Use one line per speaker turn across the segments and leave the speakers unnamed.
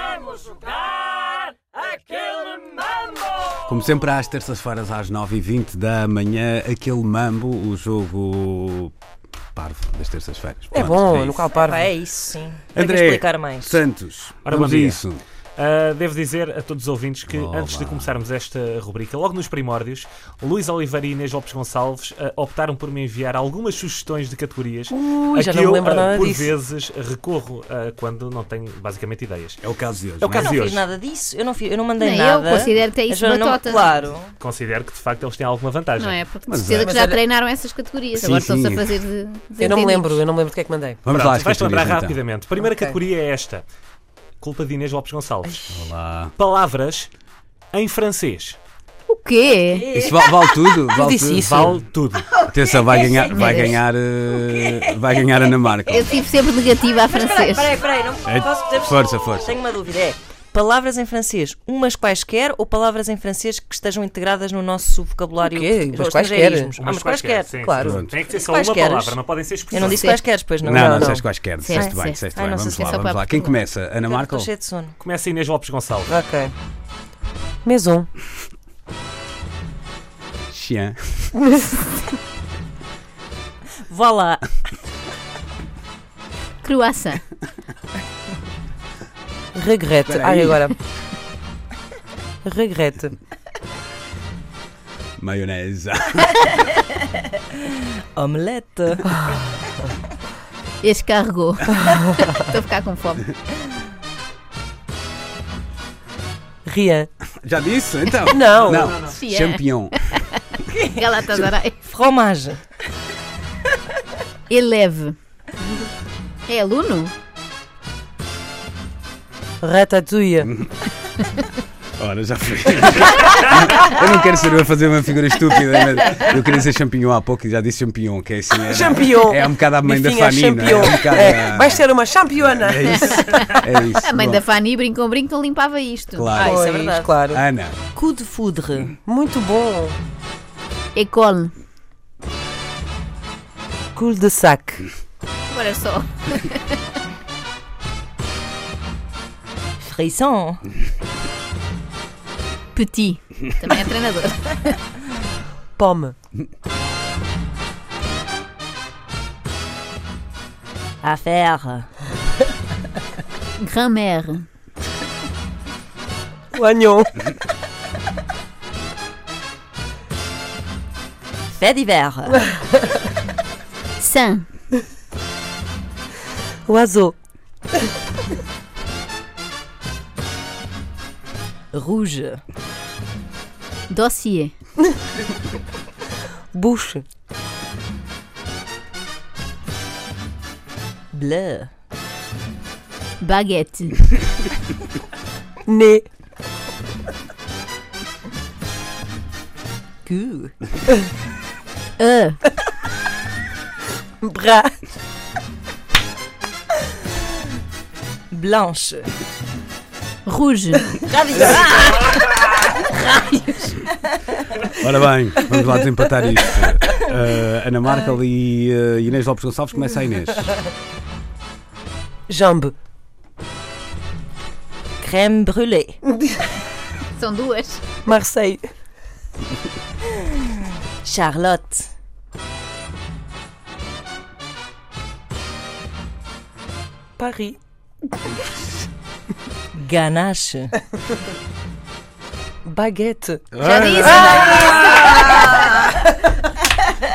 Vamos jogar aquele mambo!
Como sempre, às terças-feiras, às 9h20 da manhã, aquele mambo, o jogo parvo das terças-feiras.
É
Pronto,
bom,
isso.
no qual parvo.
É isso, sim. Tem que
André
explicar mais.
Santos,
Ora,
vamos
bom
a
dia.
isso.
Ah, devo dizer a todos os ouvintes que,
Olá.
antes de começarmos esta rubrica, logo nos primórdios, Luís Oliveira e Inês Lopes Gonçalves ah, optaram por me enviar algumas sugestões de categorias. a
já
que
não me
eu,
lembro
ah,
nada
por
disso.
vezes, recorro ah, quando não tenho, basicamente, ideias.
É o caso de hoje.
É
Eu
não
o caso
não
de
fiz
hoje.
nada disso, eu não, fiz, eu não mandei
Nem eu
nada.
considero que é
A
isso
Joana não-
batota.
Claro.
Considero que, de facto, eles têm alguma vantagem.
Não é? Porque de
Mas
certeza
é.
que
Mas
já
olha-
treinaram essas categorias.
Sim,
Agora estão-se
sim.
a fazer de. de
Eu não me
entendidos.
lembro, eu não me lembro do que é que mandei.
Vamos lá,
Pronto,
às
vais-te
categorias,
lembrar
então.
rapidamente. Primeira
Ok.
categoria é esta. Culpa de Inês Lopes Gonçalves.
Olá.
Palavras em francês.
O quê?
Isso vale, vale tudo. Vale
disse
tudo.
isso.
Vale tudo.
Atenção, vai ganhar,
Sim,
vai
senhoras.
ganhar, eh, vai ganhar Ana Marca.
Eu tive sempre negativa a francês.
Peraí, peraí, não
É-
posso dizer-
força, força.
Tenho uma dúvida, é palavras em francês, umas quaisquer ou palavras em francês que estejam integradas no nosso vocabulário?
O quê?
os
Umas quaisquer.
estrangeirismos. Ah,
Umas
umas quaisquer,
sim,
claro.
sim. Tem que ser só
Quais
uma
queres?
palavra, não podem ser
Eu
expressões.
não disse quaisquer, pois não.
Não, não,
não.
disseste quaisquer. Disseste
Sim,
bem,
sim.
disseste
Ai,
bem.
não sei
Vamos
se é
lá,
só
vamos
para
lá. Quem
Portugal.
começa? Ana
Eu
Marca?
Estou cheia de sono.
Começa Inês Lopes Gonçalves.
Ok. Maison.
Chien.
Vá lá.
Croissant.
Regrette.
Espera
Ai,
aí.
agora. Regrette.
Maionese.
Omelete.
Escarregou. Estou a ficar com fome.
Rien.
Já disse? Então.
Não.
Não.
Chien.
Champion.
Galatasaray.
Fromage.
Eleve. É aluno?
Ratatouille.
Ora, já fui. eu não quero ser eu a fazer uma figura estúpida, mas eu queria dizer champignon há pouco e já disse champignon, que é assim. Era,
Champion.
É um bocado a mãe da
Bifinha
Fanny, não é?
champion.
É um bocado
É,
a-
Vais ser uma campeona.
É isso. É isso.
A mãe
Bom,
da Fanny brincou, brincou, limpava isto.
Claro.
Ah, isso é
Pois,
verdade.
claro.
Ana,
Coup de foudre.
Muito bom.
Ecole.
Cul de sac.
Agora é só.
Frisson.
Petit. Também é treinador.
Pomme.
Affaire.
Grand-mère.
Oignon.
Fait divers.
Saint.
Oiseau.
Rouge.
Dossier.
Bouche.
Bleu.
Baguette.
Nez.
Cul.
E.
Bras.
Blanche.
Rouge.
Já disse. Ah!
ora bem, vamos lá desempatar isto. Eh, Ana Marca e eh, Inês Lopes Gonçalves começa a Inês.
Jambe.
Crème brûlée.
São duas.
Marseille.
Charlotte.
Paris.
Ganache.
Baguette.
Ah.
Já disse, já disse.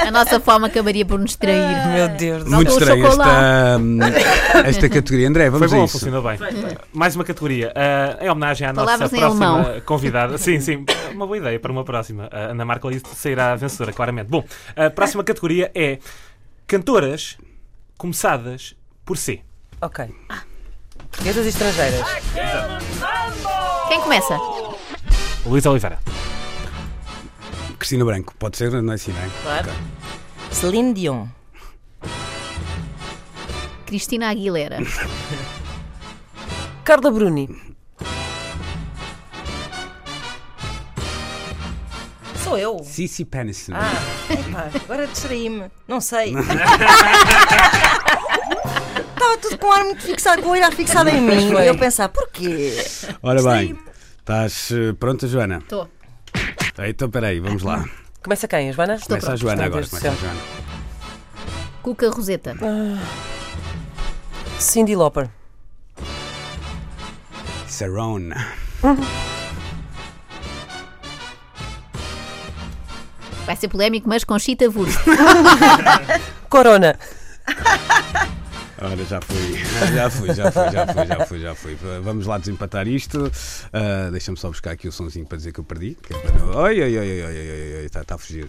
A nossa fome acabaria por nos trair.
Meu Deus. do céu.
Muito
o
estranho esta,
chocolate.
hum, esta categoria. André,
Foi
vamos a
bom,
isso.
funcionou bem. Mais uma categoria. Ah, em homenagem à
Palavras
nossa
em
próxima
alemão.
convidada. Sim, sim. Uma boa ideia para uma próxima. A Ana Marca Lee sairá vencedora, claramente. Bom, a próxima categoria é cantoras começadas por C.
Ok. Portuguesas e estrangeiras.
Quem começa?
Luís Oliveira.
Cristina Branco, pode ser? Não é assim, não é?
Celine Dion.
Cristina Aguilera.
Carla Bruni.
Sou eu.
Cici Peniston.
Ah.
Epá, agora distraí-me. Não sei.
Tá
estava tudo com o ar muito fixado, com o olhar fixado em mim.
foi.
E eu pensar, porquê?
Ora bem, estás eh, pronta, Joana?
Estou.
Então, peraí, vamos lá.
Começa quem, a Joana? é
Começa a
tá,
Joana
Meu
agora.
Deus do
Começa a
céu.
Joana.
Cuca Roseta.
Cindy Lauper.
Sarone.
Vai ser polémico, mas Conchita Wurst.
Corona.
Ora, já fui. Já fui, já fui, já fui, já fui, já fui. Vamos lá desempatar isto. Ah, Deixa-me só buscar aqui o sonzinho para dizer que eu perdi. Que é para não- Oi, oi, oi, oi, oi, oi, oi, oi, está está a fugir.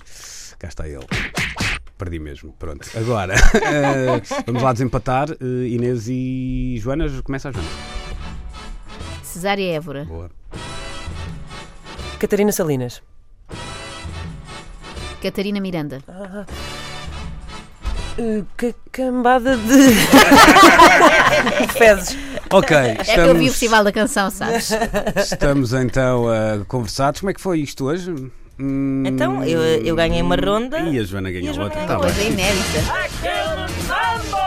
Cá está ele. Perdi mesmo, pronto. Agora, ah, vamos lá desempatar. Ah, Inês e Joana, começa a Joana.
Cesária Évora.
Boa.
Catarina Salinas.
Catarina Miranda.
Uh, que cambada de. fezes.
Ok,
É que eu vi
estamos,
o Festival da Canção, sabes?
estamos então ah, conversados. Como é que foi isto hoje? Hum,
Então, eu- eu ganhei uma ronda
E a Joana
e a
ganhou
Joana
outra.
ganhou
Tá
Coisa
bem.
inédita.
I kill the mambo!